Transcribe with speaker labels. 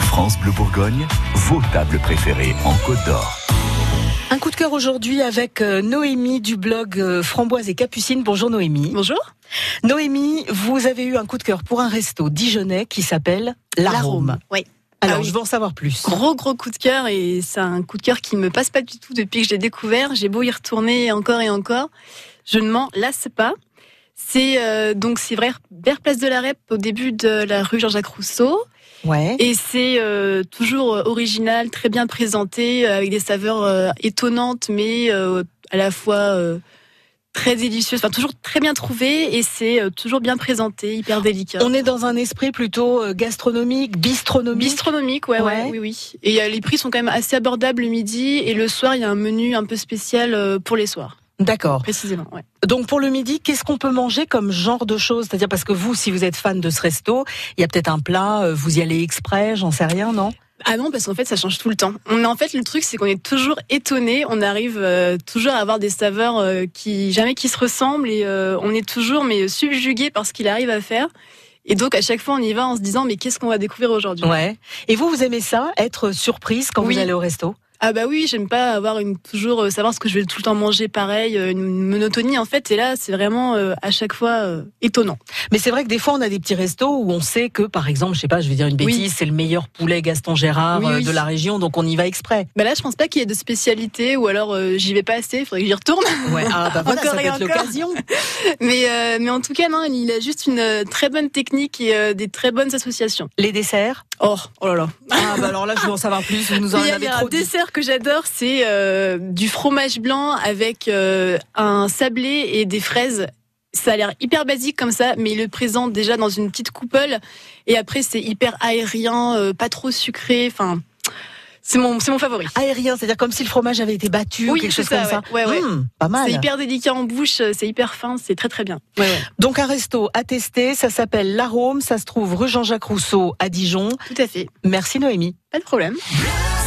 Speaker 1: France Bleu Bourgogne, vos tables préférées en Côte d'Or.
Speaker 2: Un coup de cœur aujourd'hui avec euh, Noémie du blog euh, Framboise et Capucine. Bonjour Noémie.
Speaker 3: Bonjour.
Speaker 2: Noémie, vous avez eu un coup de cœur pour un resto dijonais qui s'appelle l'Arôme.
Speaker 3: Oui.
Speaker 2: Alors,
Speaker 3: Ah oui.
Speaker 2: je veux en savoir plus.
Speaker 3: Gros, gros coup de cœur et c'est un coup de cœur qui me passe pas du tout depuis que je l'ai découvert. J'ai beau y retourner encore et encore. Je ne m'en lasse pas. C'est euh, donc c'est vrai vers Place de la Rep au début de la rue Jean-Jacques Rousseau
Speaker 2: Ouais.
Speaker 3: et c'est euh, toujours euh, original, très bien présenté euh, avec des saveurs euh, étonnantes mais euh, à la fois euh, très délicieuses, enfin toujours très bien trouvées et c'est euh, toujours bien présenté, hyper délicat.
Speaker 2: On est dans un esprit plutôt euh, gastronomique, bistronomique.
Speaker 3: Bistronomique, ouais, ouais,
Speaker 2: Ouais.
Speaker 3: oui, oui. Et euh, les prix sont quand même assez abordables le midi et le soir, il y a un menu un peu spécial euh, pour les soirs,
Speaker 2: D'accord.
Speaker 3: précisément. Ouais.
Speaker 2: Donc pour le midi, qu'est-ce qu'on peut manger comme genre de choses C'est-à-dire parce que vous, si vous êtes fan de ce resto, il y a peut-être un plat, euh, vous y allez exprès, j'en sais rien, non
Speaker 3: Ah non, parce qu'en fait, ça change tout le temps. On, en fait, le truc, c'est qu'on est toujours étonné. On arrive euh, toujours à avoir des saveurs euh, qui jamais qui se ressemblent et euh, on est toujours mais subjugué par ce qu'il arrive à faire. Et donc à chaque fois, on y va en se disant mais qu'est-ce qu'on va découvrir aujourd'hui
Speaker 2: Ouais. Et vous, vous aimez ça, être surprise quand
Speaker 3: Oui.
Speaker 2: vous allez au resto
Speaker 3: Ah bah oui, j'aime pas avoir une toujours euh, savoir ce que je vais tout le temps manger pareil, euh, une monotonie en fait. Et là, c'est vraiment euh, à chaque fois euh, étonnant.
Speaker 2: Mais c'est vrai que des fois, on a des petits restos où on sait que, par exemple, je sais pas, je vais dire une
Speaker 3: Oui.
Speaker 2: bêtise, c'est le meilleur poulet Gaston Gérard
Speaker 3: Oui,
Speaker 2: euh,
Speaker 3: oui.
Speaker 2: de la région, donc on y va exprès.
Speaker 3: Bah là, je pense pas qu'il y ait de spécialité ou alors euh, j'y vais pas assez, il faudrait que j'y retourne.
Speaker 2: Ouais. Ah, bah voilà,
Speaker 3: Encore
Speaker 2: ça peut
Speaker 3: et
Speaker 2: être
Speaker 3: encore.
Speaker 2: l'occasion.
Speaker 3: Mais, euh, mais en tout cas, non, il a juste une euh, très bonne technique et euh, des très bonnes associations.
Speaker 2: Les desserts.
Speaker 3: Or, oh là là.
Speaker 2: Ah, bah alors là, je veux en savoir plus. Vous nous en
Speaker 3: Il y a
Speaker 2: avez
Speaker 3: un
Speaker 2: trop dit.
Speaker 3: dessert que j'adore, c'est euh, du fromage blanc avec euh, un sablé et des fraises. Ça a l'air hyper basique comme ça, mais il le présente déjà dans une petite coupole. Et après, c'est hyper aérien, euh, pas trop sucré. Enfin, c'est mon, c'est mon favori.
Speaker 2: Aérien, c'est-à-dire comme si le fromage avait été battu,
Speaker 3: Oui,
Speaker 2: quelque
Speaker 3: c'est
Speaker 2: chose
Speaker 3: ça,
Speaker 2: comme ça.
Speaker 3: ouais, ouais, ouais.
Speaker 2: Hum, pas mal.
Speaker 3: C'est hyper délicat en bouche, euh, c'est hyper fin, c'est très très bien. Ouais, ouais.
Speaker 2: Donc un resto à tester, ça s'appelle l'Arôme, ça se trouve rue Jean-Jacques Rousseau à Dijon.
Speaker 3: Tout à fait.
Speaker 2: Merci Noémie.
Speaker 3: Pas de problème.